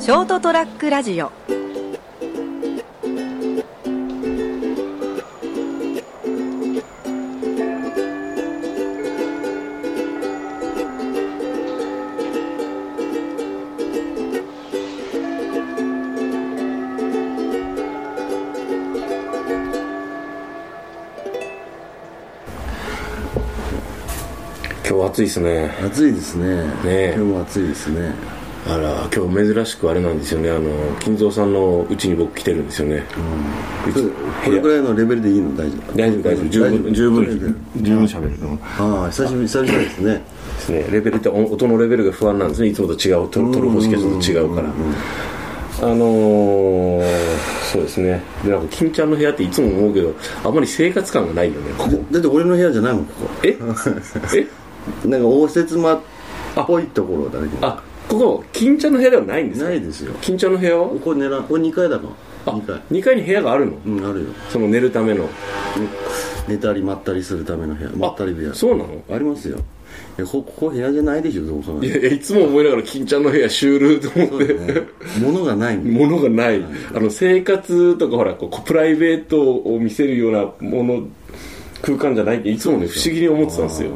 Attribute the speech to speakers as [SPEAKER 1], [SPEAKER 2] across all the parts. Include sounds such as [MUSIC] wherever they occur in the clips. [SPEAKER 1] ショートトラックラジオ
[SPEAKER 2] 今日暑いですね
[SPEAKER 3] 暑いですね
[SPEAKER 2] え
[SPEAKER 3] 今日も暑いですね
[SPEAKER 2] あら今日珍しくあれなんですよねあの金蔵さんのうちに僕来てるんですよね、う
[SPEAKER 3] そ
[SPEAKER 2] ち
[SPEAKER 3] れこれくらいのレベルでいいの大丈夫
[SPEAKER 2] 大丈夫大丈夫十分十分十分喋れると思う
[SPEAKER 3] ああ久しぶり久々ですね
[SPEAKER 2] ですねレベルってお音のレベルが不安なんですねいつもと違うトトルコ式がちょっと違うからあのー、そうですねでなんか金ちゃんの部屋っていつも思うけどあまり生活感がないよねここ
[SPEAKER 3] だだって俺の部屋じゃないもんこ
[SPEAKER 2] え [LAUGHS] え
[SPEAKER 3] こなんか応接間っぽいところだね
[SPEAKER 2] あここ金ちゃんの部屋ではないんですか
[SPEAKER 3] ないですよ
[SPEAKER 2] 金ちゃんの部屋は
[SPEAKER 3] ここ狙うこれ2階だから
[SPEAKER 2] あ
[SPEAKER 3] 2階
[SPEAKER 2] 2階に部屋があるの
[SPEAKER 3] うんあるよ
[SPEAKER 2] その寝るための
[SPEAKER 3] 寝たりまったりするための部屋まったり部屋
[SPEAKER 2] そうなの [LAUGHS]
[SPEAKER 3] ありますよいやこここ部屋じゃないでしょどう考
[SPEAKER 2] い
[SPEAKER 3] え
[SPEAKER 2] や
[SPEAKER 3] て
[SPEAKER 2] いやいつも思いながら金ちゃんの部屋シュールと思
[SPEAKER 3] も
[SPEAKER 2] って、
[SPEAKER 3] ね物がないもん
[SPEAKER 2] 物がないあの生活とかほらこうプライベートを見せるようなもの空間じゃないっていつもね不思議に思ってたんですよ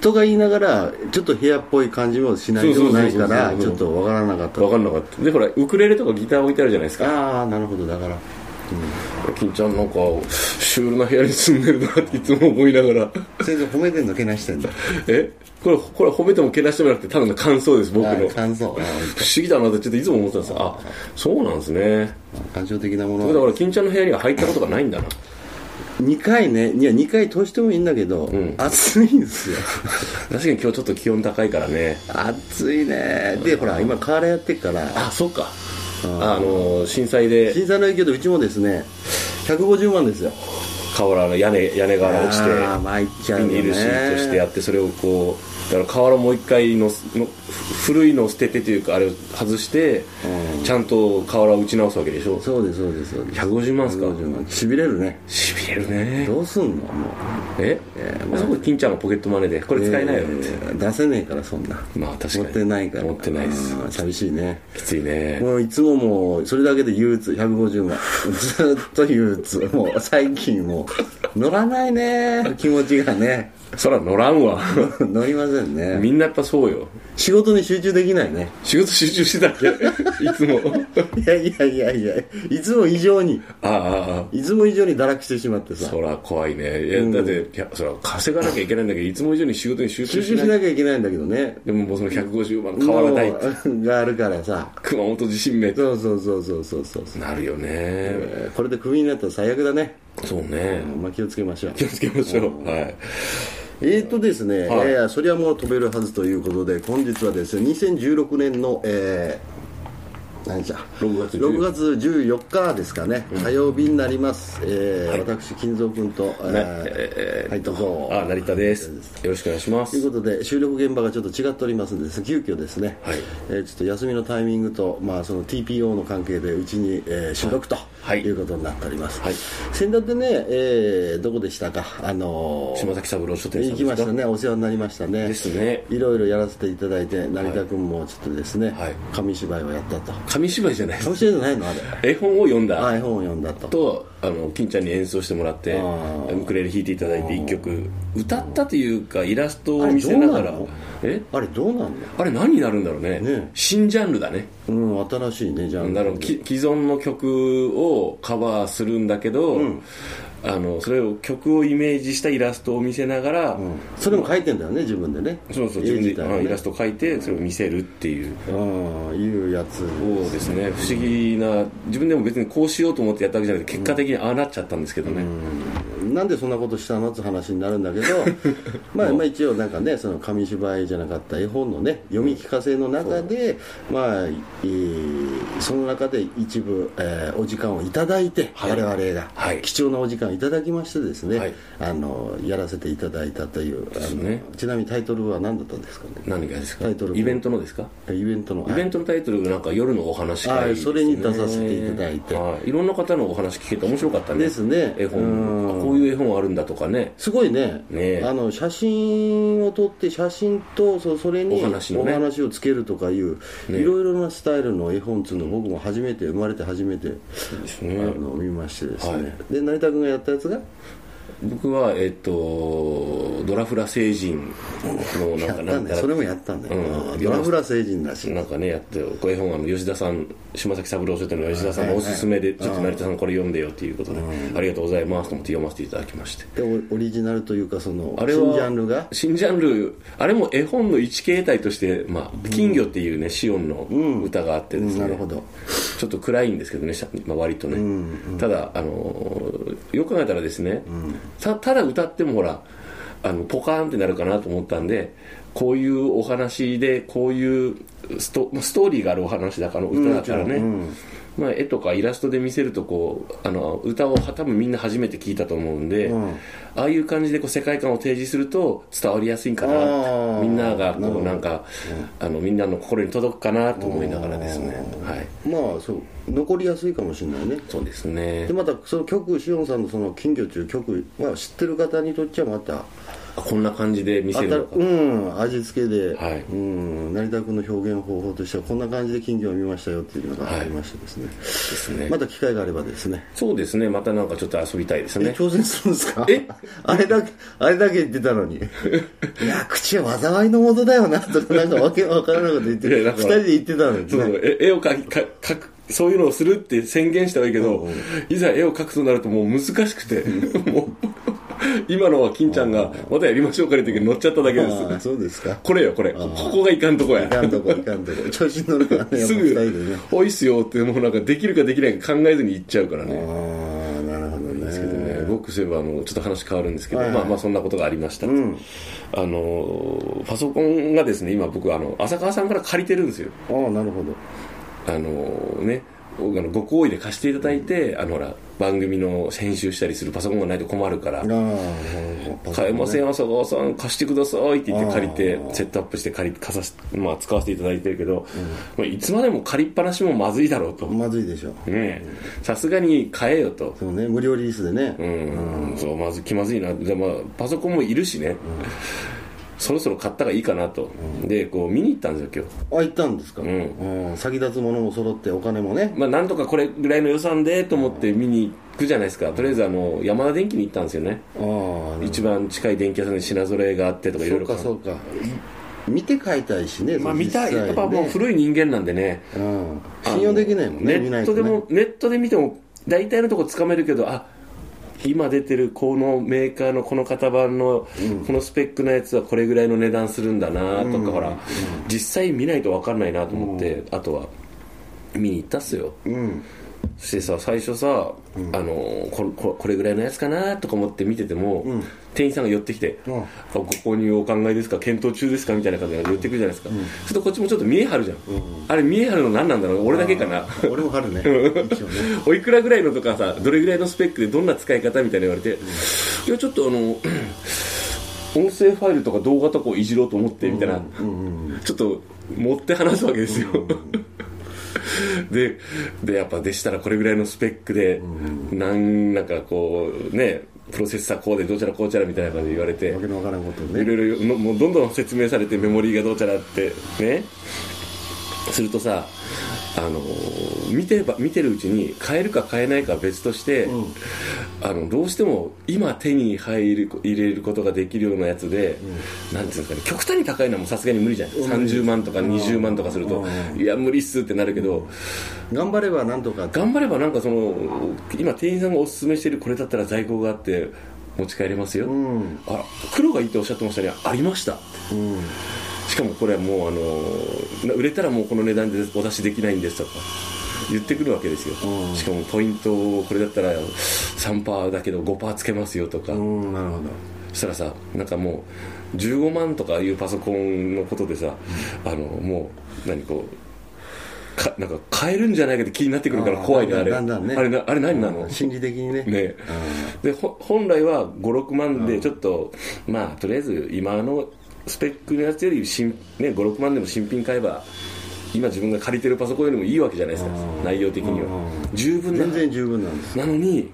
[SPEAKER 3] とか言いながらちょっと部屋っぽい感じもしないでもない
[SPEAKER 2] そう
[SPEAKER 3] からち
[SPEAKER 2] そうそうそう
[SPEAKER 3] ょっとわからなかった
[SPEAKER 2] 分かんなかったでほらウクレレとかギター置いてあるじゃないですか
[SPEAKER 3] ああなるほどだから
[SPEAKER 2] 金ちゃんなんかシュールな部屋に住んでるなっていつも思いながら
[SPEAKER 3] 先生褒めてんのけなしてんの
[SPEAKER 2] えこれこれ褒めてもけなしてもなくてただの感想です僕
[SPEAKER 3] あ
[SPEAKER 2] の
[SPEAKER 3] ー感想
[SPEAKER 2] 不
[SPEAKER 3] あー
[SPEAKER 2] 思議だなってちょっといつも思ってたんですよあそうなんですね
[SPEAKER 3] 感情的なも
[SPEAKER 2] だか
[SPEAKER 3] の
[SPEAKER 2] ら金ちゃんの部屋には入ったことがないんだな
[SPEAKER 3] 2回ねいや2回通してもいいんだけど、暑いんですよ [LAUGHS]
[SPEAKER 2] 確かに今日ちょっと気温高いからね
[SPEAKER 3] 暑いねでほら今カーラーやってっから
[SPEAKER 2] あそうかあの震災で
[SPEAKER 3] 震災の影響でうちもですね150万ですよ
[SPEAKER 2] 瓦の屋根屋根瓦落ちて
[SPEAKER 3] あー参っちゃうよね
[SPEAKER 2] ビニールシートしてやってそれをこうだから瓦もう一回のすのふ古いのを捨ててというかあれを外して、ちゃんと瓦を打ち直すわけでしょ
[SPEAKER 3] そうですそうですそうです
[SPEAKER 2] 150万ですか
[SPEAKER 3] 150万しびれるね
[SPEAKER 2] しびれるね
[SPEAKER 3] どうすんのもう
[SPEAKER 2] え、あそこ金ちゃんのポケットマネーでこれ使えないよって、
[SPEAKER 3] えー出せねえからそんな
[SPEAKER 2] まあ確かに
[SPEAKER 3] 持ってないから
[SPEAKER 2] 持ってないです
[SPEAKER 3] うん寂しいね
[SPEAKER 2] きついね
[SPEAKER 3] もういつももうそれだけで憂鬱150万 [LAUGHS] ずっと憂鬱もう最近もう乗らないね気持ちがね [LAUGHS]
[SPEAKER 2] そら乗らんわ
[SPEAKER 3] 乗りませんね
[SPEAKER 2] みんなやっぱそうよ
[SPEAKER 3] 仕事に集中できないね
[SPEAKER 2] 仕事集中してたっけ [LAUGHS] いつも
[SPEAKER 3] いやいやいやいやいつも以上に
[SPEAKER 2] ああああ
[SPEAKER 3] いつも以上に堕落してしまってさ
[SPEAKER 2] そら怖いねいや、だっていやそら稼がなきゃいけないんだけどいつも以上に仕事に集中
[SPEAKER 3] 集
[SPEAKER 2] し
[SPEAKER 3] 中し
[SPEAKER 2] ない
[SPEAKER 3] なきゃいけないんだけどね
[SPEAKER 2] でももうその150万変わらないって
[SPEAKER 3] もうがあるからさ
[SPEAKER 2] 熊本地震名
[SPEAKER 3] そうそうそうそうそうそうそう
[SPEAKER 2] なるよね、
[SPEAKER 3] えーこれでクビになったら最悪だね
[SPEAKER 2] そうね
[SPEAKER 3] まあ、気をつけましょう
[SPEAKER 2] 気をつけましょうはい
[SPEAKER 3] えーとですね、
[SPEAKER 2] はい
[SPEAKER 3] えーそりゃもう飛べるはずということで、本日はですね、2016年の、えー何じゃ
[SPEAKER 2] 6月
[SPEAKER 3] 6月14日ですかね、火曜日になります、えー私、金蔵君と、えー
[SPEAKER 2] えー
[SPEAKER 3] はい、どうぞ。
[SPEAKER 2] あ成田ですよろしくお願いしま
[SPEAKER 3] という
[SPEAKER 2] す
[SPEAKER 3] ことで、収録現場がちょっと違っておりますんです、急遽ですね、
[SPEAKER 2] はい
[SPEAKER 3] えーちょっと休みのタイミングと、まあ、その TPO の関係で、うちに、えー収録と、、
[SPEAKER 2] はいいう
[SPEAKER 3] ことになっております。
[SPEAKER 2] はい
[SPEAKER 3] 先だってね、えーどこでしたか、あのー
[SPEAKER 2] 島崎三郎書店さ
[SPEAKER 3] 行
[SPEAKER 2] んで
[SPEAKER 3] き
[SPEAKER 2] す
[SPEAKER 3] ました
[SPEAKER 2] か
[SPEAKER 3] ねお世話になりましたね
[SPEAKER 2] ですね
[SPEAKER 3] いろいろやらせていただいて成田君もちょっとですね、
[SPEAKER 2] はい
[SPEAKER 3] 紙芝居をやったと
[SPEAKER 2] 紙芝居じゃない
[SPEAKER 3] 紙芝居じゃないのあれ
[SPEAKER 2] 絵本を読んだ
[SPEAKER 3] iPhone を読んだと
[SPEAKER 2] とあの金ちゃんに演奏してもらって
[SPEAKER 3] ー
[SPEAKER 2] ウクレレ弾いていただいて一曲歌ったというかイラストを見せなが
[SPEAKER 3] あれ
[SPEAKER 2] ら
[SPEAKER 3] どうなの
[SPEAKER 2] え
[SPEAKER 3] あれどうなんだ
[SPEAKER 2] あれ何になるんだろうね
[SPEAKER 3] ね
[SPEAKER 2] 新ジャンルだね
[SPEAKER 3] うん新しいねじゃあ
[SPEAKER 2] だろうき既存の曲をカバーするんだけど、あのそれを曲をイメージしたイラストを見せながら、
[SPEAKER 3] それも書いてんだよね自分でね
[SPEAKER 2] そうそう
[SPEAKER 3] 絵
[SPEAKER 2] 自分
[SPEAKER 3] 自
[SPEAKER 2] で、
[SPEAKER 3] 体
[SPEAKER 2] う
[SPEAKER 3] ね
[SPEAKER 2] んイラストを描いてそれを見せるっていう
[SPEAKER 3] うんいうやつ
[SPEAKER 2] そうですね不思議な自分でも別にこうしようと思ってやったわけじゃなくて結果的にああなっちゃったんですけどね、
[SPEAKER 3] なんでそんなことしたのって話になるんだ
[SPEAKER 2] [LAUGHS]
[SPEAKER 3] けどまあまあ一応なんかねその紙芝居じゃなかった絵本のね読み聞かせの中で、まあ、えーその中で一部、えーお時間をいただいて、
[SPEAKER 2] はい
[SPEAKER 3] 我々が、
[SPEAKER 2] はい
[SPEAKER 3] 貴重なお時間をいただきましてですね、
[SPEAKER 2] はい
[SPEAKER 3] あのやらせていただいたというあ
[SPEAKER 2] す
[SPEAKER 3] の、
[SPEAKER 2] ね
[SPEAKER 3] ちなみにタイトルは何だったんですかね
[SPEAKER 2] 何がですか
[SPEAKER 3] タイトル
[SPEAKER 2] イベントのですか
[SPEAKER 3] イベントの
[SPEAKER 2] イベントのタイトルがなんか夜のお話会です、ね、
[SPEAKER 3] あそれに出させていただいて
[SPEAKER 2] はい、いろんな方のお話聞けて面白かったね
[SPEAKER 3] ですね
[SPEAKER 2] 絵本
[SPEAKER 3] うん
[SPEAKER 2] あこういいう絵本あるんだとかね
[SPEAKER 3] すごいね
[SPEAKER 2] ねえ
[SPEAKER 3] あの写真を撮って写真とそそれに
[SPEAKER 2] お話のね
[SPEAKER 3] お話をつけるとかいう、
[SPEAKER 2] ね
[SPEAKER 3] いろいろなスタイルの絵本っていうのを僕も初めて生まれて初めて
[SPEAKER 2] です
[SPEAKER 3] あ
[SPEAKER 2] ね
[SPEAKER 3] の見ましてですね、
[SPEAKER 2] はい
[SPEAKER 3] で成田君がやったやつが
[SPEAKER 2] 僕はえっとドラフラ星人のな
[SPEAKER 3] や
[SPEAKER 2] んか
[SPEAKER 3] っ
[SPEAKER 2] な
[SPEAKER 3] た
[SPEAKER 2] ん
[SPEAKER 3] ね
[SPEAKER 2] だ
[SPEAKER 3] それもやったんだよ、
[SPEAKER 2] うん
[SPEAKER 3] ドラフラ成人だし
[SPEAKER 2] なんかねやってこう絵本あの吉田さん島崎三郎書店の吉田さんのおすすめでちょっと成田さんこれ読んでよということでありがとうございますと思って読ませていただきまして
[SPEAKER 3] でオオリジナルというかその
[SPEAKER 2] あ
[SPEAKER 3] 新
[SPEAKER 2] れ
[SPEAKER 3] ジ
[SPEAKER 2] は
[SPEAKER 3] ャンルが
[SPEAKER 2] 新ジャンルあれも絵本の一形態として、まあ、金魚っていうね、シオンの歌があってですね、
[SPEAKER 3] なるほど
[SPEAKER 2] ちょっと暗いんですけどね、しゃまあ、割とね、ただ、あのーよく考えたらですね、たただ歌ってもほらあのポカーンってなるかなと思ったんでこういうお話でこういうストまあストーリーがあるお話だから歌だからね、まあ、絵とかイラストで見せるとこうあの歌を多分みんな初めて聞いたと思うんで、ああいう感じでこう世界観を提示すると伝わりやすいかなって
[SPEAKER 3] あー
[SPEAKER 2] みんながこうなんか、あのみんなの心に届くかなと思いながらですね、はい、
[SPEAKER 3] まあそう残りやすいかもしれないね
[SPEAKER 2] そうですね
[SPEAKER 3] でまたその曲しおんさんのその金魚っていう曲は知ってる方にとっちゃまた
[SPEAKER 2] こんな感じで見せ
[SPEAKER 3] あ
[SPEAKER 2] る
[SPEAKER 3] た
[SPEAKER 2] のか
[SPEAKER 3] うん味付けで、
[SPEAKER 2] はい
[SPEAKER 3] うん成田君の表現方法としてはこんな感じで金魚を見ましたよっていうのがありましてですね、
[SPEAKER 2] ですね、
[SPEAKER 3] また機会があればですね
[SPEAKER 2] そうですねまたなんかちょっと遊びたいです
[SPEAKER 3] え
[SPEAKER 2] ね
[SPEAKER 3] 挑戦するんですかあれだけ、あれだけ言ってたのに。いや、口は災いのもとだよな、とか、なんかわけわからなこと言って、
[SPEAKER 2] いやだ
[SPEAKER 3] 二
[SPEAKER 2] から
[SPEAKER 3] 人で言ってたのに
[SPEAKER 2] そう
[SPEAKER 3] ね。
[SPEAKER 2] え絵を描きか描くそういうのをするって宣言したはいいけど、いざ絵を描くとなるともう難しくて、もう今のは金ちゃんがまたやりましょうかねって乗っちゃっただけで
[SPEAKER 3] あ
[SPEAKER 2] す
[SPEAKER 3] あそうですか。
[SPEAKER 2] これよこれここがいかんとこや
[SPEAKER 3] いかんとこ、いかんとこ。調子に乗るからね、やっ
[SPEAKER 2] す
[SPEAKER 3] ぱ二人で
[SPEAKER 2] ぐ
[SPEAKER 3] ね。
[SPEAKER 2] 「おいっすよ」ってもうなんかできるかできないか考えずに行っちゃうからね
[SPEAKER 3] ああ、なるほど
[SPEAKER 2] ですけ
[SPEAKER 3] ね。
[SPEAKER 2] どね、僕そういえばあのちょっと話変わるんですけど、
[SPEAKER 3] はいはい
[SPEAKER 2] まあまあそんなことがありました、あのパソコンがですね今僕あの浅川さんから借りてるんですよ
[SPEAKER 3] ああ、なるほど。
[SPEAKER 2] あのね僕あのご好意で貸していただいて、あのほら番組の編集したりするパソコンがないと困るから
[SPEAKER 3] ああ、なるほど。
[SPEAKER 2] 買えません浅川さん貸してくださいって言って借りてセットアップして借り貸さし、まあ、使わせていただいてるけど、まあ、いつまでも借りっぱなしもまずいだろうとね
[SPEAKER 3] まずいでしょ。
[SPEAKER 2] えさすがに買えよと
[SPEAKER 3] そうね、無料リリースでね。
[SPEAKER 2] うん、そうまず気まずいなで、まあ、パソコンもいるしね、そろそろ買ったらいいかなと、でこう見に行ったんですよ
[SPEAKER 3] あ、行ったんですか。うん先立つものも揃って、お金もね
[SPEAKER 2] 今日、。まあ、なんとかこれぐらいの予算でと思って見に行くじゃないですかとりあえずあの山田電機に行ったんですよね、
[SPEAKER 3] ああ、なるほど
[SPEAKER 2] 一番近い電気屋さんに品揃えがあってとかいろ
[SPEAKER 3] そ
[SPEAKER 2] いうろ
[SPEAKER 3] かそうか見て買いたいし
[SPEAKER 2] ま
[SPEAKER 3] ね、
[SPEAKER 2] あ
[SPEAKER 3] その
[SPEAKER 2] 見たい
[SPEAKER 3] 実
[SPEAKER 2] や
[SPEAKER 3] 際
[SPEAKER 2] っぱもう
[SPEAKER 3] ね
[SPEAKER 2] 古い人間なんでね
[SPEAKER 3] うん、信用できないもんね
[SPEAKER 2] ネ
[SPEAKER 3] 見な
[SPEAKER 2] ッ
[SPEAKER 3] い
[SPEAKER 2] ト
[SPEAKER 3] とね
[SPEAKER 2] でもネットで見ても大体のとこつかめるけどあ今出てるこのメーカーのこの型番のこのスペックのやつはこれぐらいの値段するんだなとか、ほら実際見ないと分かんないなと思って、あとは見に行ったっすよ、そしてさ最初さ、あのこここれぐらいのやつかなとか思って見てても、店員さんが寄ってきて、
[SPEAKER 3] ん
[SPEAKER 2] あご購入お考えですか検討中ですかみたいな感じで寄ってくるじゃないですか、ちょっとこっちもちょっと見え張るじゃん、あれ見え張るの何なんだろう俺だけかな
[SPEAKER 3] 俺もあるね一応ね
[SPEAKER 2] おいくらぐらいのとかさどれぐらいのスペックでどんな使い方みたいな言われて、いやちょっとあの [CLEARS THROAT] 音声ファイルとか動画とかをいじろうと思ってみたいな、ちょっと持って話すわけですよ、 [LAUGHS] ででやっぱでしたらこれぐらいのスペックで、なんなんかこうねプロセッサーこうでどうちゃらこうちゃらみたいな感じで言われて、
[SPEAKER 3] わけのわからんことを
[SPEAKER 2] い
[SPEAKER 3] ね
[SPEAKER 2] ろいろのもうどんどん説明されてメモリーがどうちゃらってねするとさあの見てば見てるうちに買えるか買えないかは別として、あのどうしても今手に入る入れることができるようなやつで、なんていうんですかね極端に高いのはもうさすがに無理じゃん、30万とか20万とかすると、いや無理っすってなるけど、
[SPEAKER 3] 頑張ればなんとか
[SPEAKER 2] 頑張ればなんかその今店員さんがおすすめしてるこれだったら在庫があって持ち帰れますよ、あら黒がいいっておっしゃってましたねありました、しかもこれはもうあのな売れたらもうこの値段でお出しできないんですとか言ってくるわけですよ、しかもポイントをこれだったら3%だけど5%つけますよとか、
[SPEAKER 3] うんなるほど
[SPEAKER 2] そしたらさなんかもう15万とかいうパソコンのことでさ、あのもう何こうかなんか買えるんじゃないかって気になってくるから
[SPEAKER 3] あー
[SPEAKER 2] 怖いねあれ
[SPEAKER 3] だんだんね
[SPEAKER 2] あれなあれ何なの、
[SPEAKER 3] 心理的にね
[SPEAKER 2] ねでほ本来は56万でちょっと、まあとりあえず今のスペックのやつより新、ね、56万でも新品買えば今自分が借りてるパソコンよりもいいわけじゃないですか内容的には十分な
[SPEAKER 3] 全然十分なんです
[SPEAKER 2] なのに、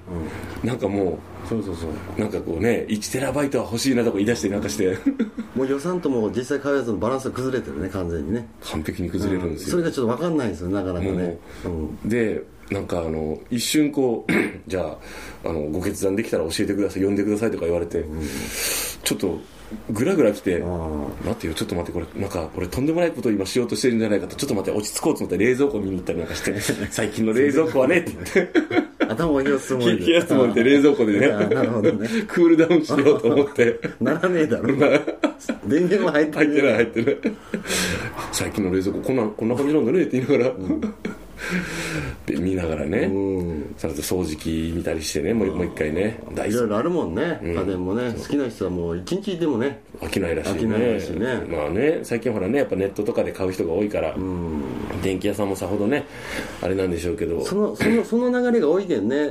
[SPEAKER 2] なんかもう
[SPEAKER 3] そうそうそう
[SPEAKER 2] なんかこうね1テラバイトは欲しいなとか言い出してなんかして
[SPEAKER 3] もう予算とも実際買うやつのバランスが崩れてるね完全にね
[SPEAKER 2] 完璧に崩れるんです
[SPEAKER 3] そ
[SPEAKER 2] よ
[SPEAKER 3] れ、がちょっと分かんないんですよなかなかね、うん
[SPEAKER 2] でなんかあの一瞬こう [CLEARS THROAT] じゃああのご決断できたら教えてください呼んでくださいとか言われて、ちょっとグラグラ来て、
[SPEAKER 3] あ
[SPEAKER 2] 待ってよちょっと待ってこれなんかこれとんでもないことを今しようとしてるんじゃないかとちょっと待って落ち着こうと思って冷蔵庫見に行ったりなんかして
[SPEAKER 3] [LAUGHS]
[SPEAKER 2] 最近の冷蔵庫はねって言って
[SPEAKER 3] あ頭を冷やすつもり
[SPEAKER 2] [LAUGHS] 冷やすつもりで冷蔵庫でね
[SPEAKER 3] [LAUGHS] あーなるほどね
[SPEAKER 2] クールダウンしようと思って
[SPEAKER 3] ならねえだろ電源も入って
[SPEAKER 2] 入ってない入ってない最近の冷蔵庫こんなこんな感じなんだねって言いながら、で見ながらね、
[SPEAKER 3] うん
[SPEAKER 2] さらと掃除機見たりしてねもうもう一回ね大
[SPEAKER 3] い
[SPEAKER 2] 好
[SPEAKER 3] ろい
[SPEAKER 2] き
[SPEAKER 3] ろあるもんね家電もね好きな人はもう一日でもね
[SPEAKER 2] 飽きないらしいね
[SPEAKER 3] 飽きないらしいね
[SPEAKER 2] まあね最近ほらねやっぱネットとかで買う人が多いから、
[SPEAKER 3] うん
[SPEAKER 2] 電気屋さんもさほどねあれなんでしょうけど
[SPEAKER 3] そのそのその流れが多いけんね、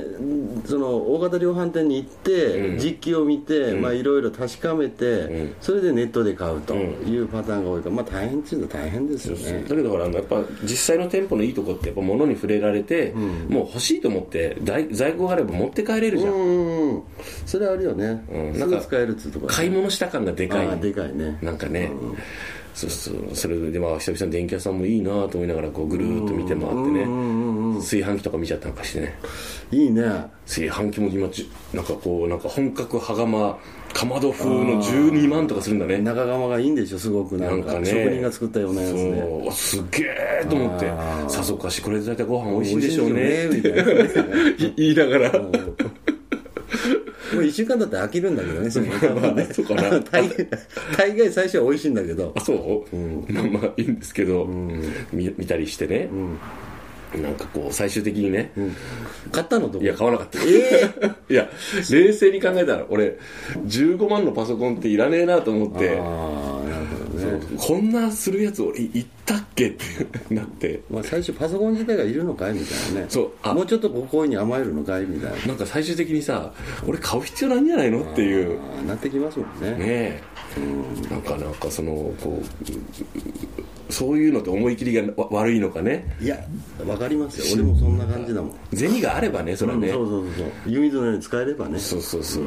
[SPEAKER 3] その大型量販店に行って、実機を見て、まあいろいろ確かめて、
[SPEAKER 2] ん
[SPEAKER 3] それでネットで買うというパターンが多いから、まあ大変っていうのは大変ですよね。
[SPEAKER 2] だけどほらあのやっぱ実際の店舗のいいとこってやっぱ物に触れられて、もう欲しいと思って在在庫があれば持って帰れるじゃん、
[SPEAKER 3] うんうん、それはあるよね、
[SPEAKER 2] うん
[SPEAKER 3] す
[SPEAKER 2] なん
[SPEAKER 3] ぐ
[SPEAKER 2] か
[SPEAKER 3] 使えるっていうところ、
[SPEAKER 2] 買い物した感がでかい
[SPEAKER 3] ああでかいね、
[SPEAKER 2] なんかね、そうそうそれでまあ久々に電気屋さんもいいなと思いながらこうぐるーっと見て回ってね、炊飯器とか見ちゃったりなんかしてね
[SPEAKER 3] いいね、
[SPEAKER 2] 炊飯器も今じゅなんかこうなんか本格羽釜かまど風の12万とかするんだね
[SPEAKER 3] 中窯がいいんでしょ、すごくなん
[SPEAKER 2] な
[SPEAKER 3] か、
[SPEAKER 2] んかね
[SPEAKER 3] 職人が作ったようなやつね。
[SPEAKER 2] そうすげえと思ってさぞかしこれで大体ご飯美味しいんでしょうね
[SPEAKER 3] 美味しいんでしょうねみたいな
[SPEAKER 2] い言いながら
[SPEAKER 3] もう1週間だって飽きるんだけどね、その中はね
[SPEAKER 2] [LAUGHS] そうかな
[SPEAKER 3] 大概大概最初は美味しいんだけど
[SPEAKER 2] あ、そう、まあまあいいんですけど、見見たりしてね、なんかこう最終的にね、
[SPEAKER 3] 買ったのと
[SPEAKER 2] いや買わなかった
[SPEAKER 3] え
[SPEAKER 2] [LAUGHS]
[SPEAKER 3] え
[SPEAKER 2] いや、冷静に考えたら、俺、15万のパソコンっていらねえなと思って、
[SPEAKER 3] ああなるほどね
[SPEAKER 2] こんなするやつ俺、いったっけってなって、
[SPEAKER 3] まあ、最初パソコン自体がいるのかいみたいなね
[SPEAKER 2] そうあ
[SPEAKER 3] もうちょっとこうこういうふうに甘えるのかいみたいな
[SPEAKER 2] なんか最終的にさ、俺買う必要ないんじゃないのっていう、
[SPEAKER 3] ああなってきますもんね
[SPEAKER 2] ねえ、なんかなんかその、こう、そういうのって思い切りがわ悪いのかね、
[SPEAKER 3] いやわかりますよ俺もそんな感じだもん、
[SPEAKER 2] 銭があればね、それはね、
[SPEAKER 3] そうそうそうそう湯水のように使えればね
[SPEAKER 2] そうそうそう、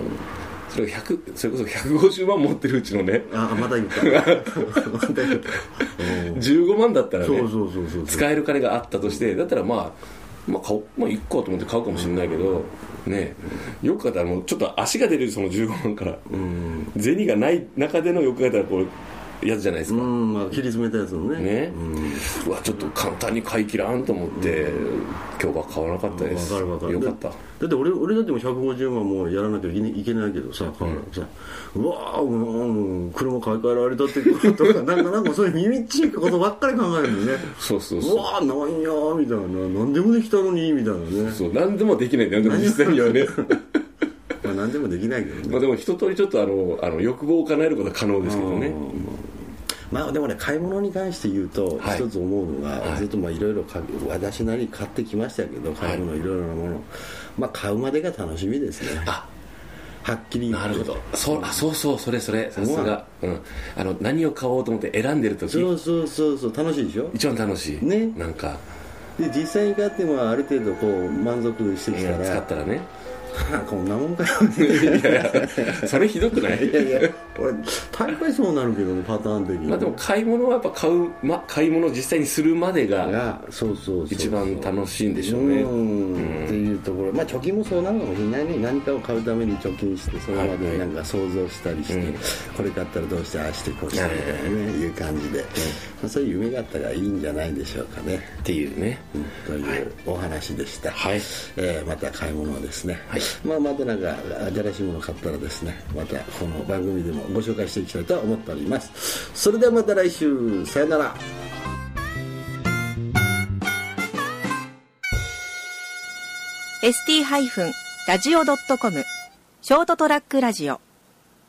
[SPEAKER 2] それを100それこそ150万持ってるうちのね、
[SPEAKER 3] ああまた言った
[SPEAKER 2] [LAUGHS]
[SPEAKER 3] また言った
[SPEAKER 2] 15万だったらね、
[SPEAKER 3] そうそうそうそう
[SPEAKER 2] 使える金があったとしてだったらまあまあ買おうまあ1個と思って買うかもしれないけど、ねよく考えたらもうちょっと足が出るその15万から、銭がない中でのよく考えたらこうやつじゃないです
[SPEAKER 3] う
[SPEAKER 2] か、
[SPEAKER 3] んまあ切り詰めたやつのね
[SPEAKER 2] ね、うわちょっと簡単に買い切らんと思って、今日は買わなかったで
[SPEAKER 3] わ
[SPEAKER 2] す
[SPEAKER 3] かるわかる
[SPEAKER 2] よかった
[SPEAKER 3] だだって俺俺だってもう150万もうやらなきゃいけないいけないけどさ、さうわーうんうん車買い替えられたってこととかなんかなんかそういう耳っちいことばっかり考えるのね
[SPEAKER 2] そうそう
[SPEAKER 3] う
[SPEAKER 2] そう
[SPEAKER 3] わーなんやーみたいな何でもできたのにみたいなね、
[SPEAKER 2] そう何でもできないんだよでも実際には
[SPEAKER 3] [LAUGHS]
[SPEAKER 2] ね
[SPEAKER 3] まあ、何でもできないけどね
[SPEAKER 2] まあでも一通りちょっとあのあの欲望を叶えることは可能ですけどね
[SPEAKER 3] まあでもね買い物に関して言うと、
[SPEAKER 2] はい
[SPEAKER 3] 一つ思うのが、ずっとまあいろいろ買う私なりに買ってきましたけど買い物いろいろなもの、まあ買うまでが楽しみですね
[SPEAKER 2] あ
[SPEAKER 3] はっきり言って
[SPEAKER 2] なるほどそうあそうそうそれそれさすが、うん、あの何を買おうと思って選んでる時
[SPEAKER 3] そうそうそうそう楽しいでしょ
[SPEAKER 2] 一番楽しい
[SPEAKER 3] ね
[SPEAKER 2] なんか
[SPEAKER 3] で実際に買ってもある程度こう満足してきた
[SPEAKER 2] 使
[SPEAKER 3] ら
[SPEAKER 2] ったらね [LAUGHS]
[SPEAKER 3] [LAUGHS] こんなもんかよ
[SPEAKER 2] いやいやそれひどくない
[SPEAKER 3] いやいや俺大概そうなるけどねパターン的に
[SPEAKER 2] まあでも買い物はやっぱ買う、ま、買い物を実際にするまで
[SPEAKER 3] い
[SPEAKER 2] が
[SPEAKER 3] やそうそうそう
[SPEAKER 2] 一番楽しいんでしょうね
[SPEAKER 3] うんっていうところまあ貯金もそうなのかもしれないね何かを買うために貯金してそれまでなんか想像したりして、これ買ったらどうしてああしてこうしてみたいなね、いう感じで、まあ、そういう夢があったらいいんじゃないでしょうかね
[SPEAKER 2] っていうね
[SPEAKER 3] というお話でした、
[SPEAKER 2] はい
[SPEAKER 3] えーまた買い物はですね、まあ、またなんか新しいもの買ったらですねまたこの番組でもご紹介していきたいと思っておりますそれではまた来週さよなら
[SPEAKER 1] ST-radio.com ショートトラックラジオ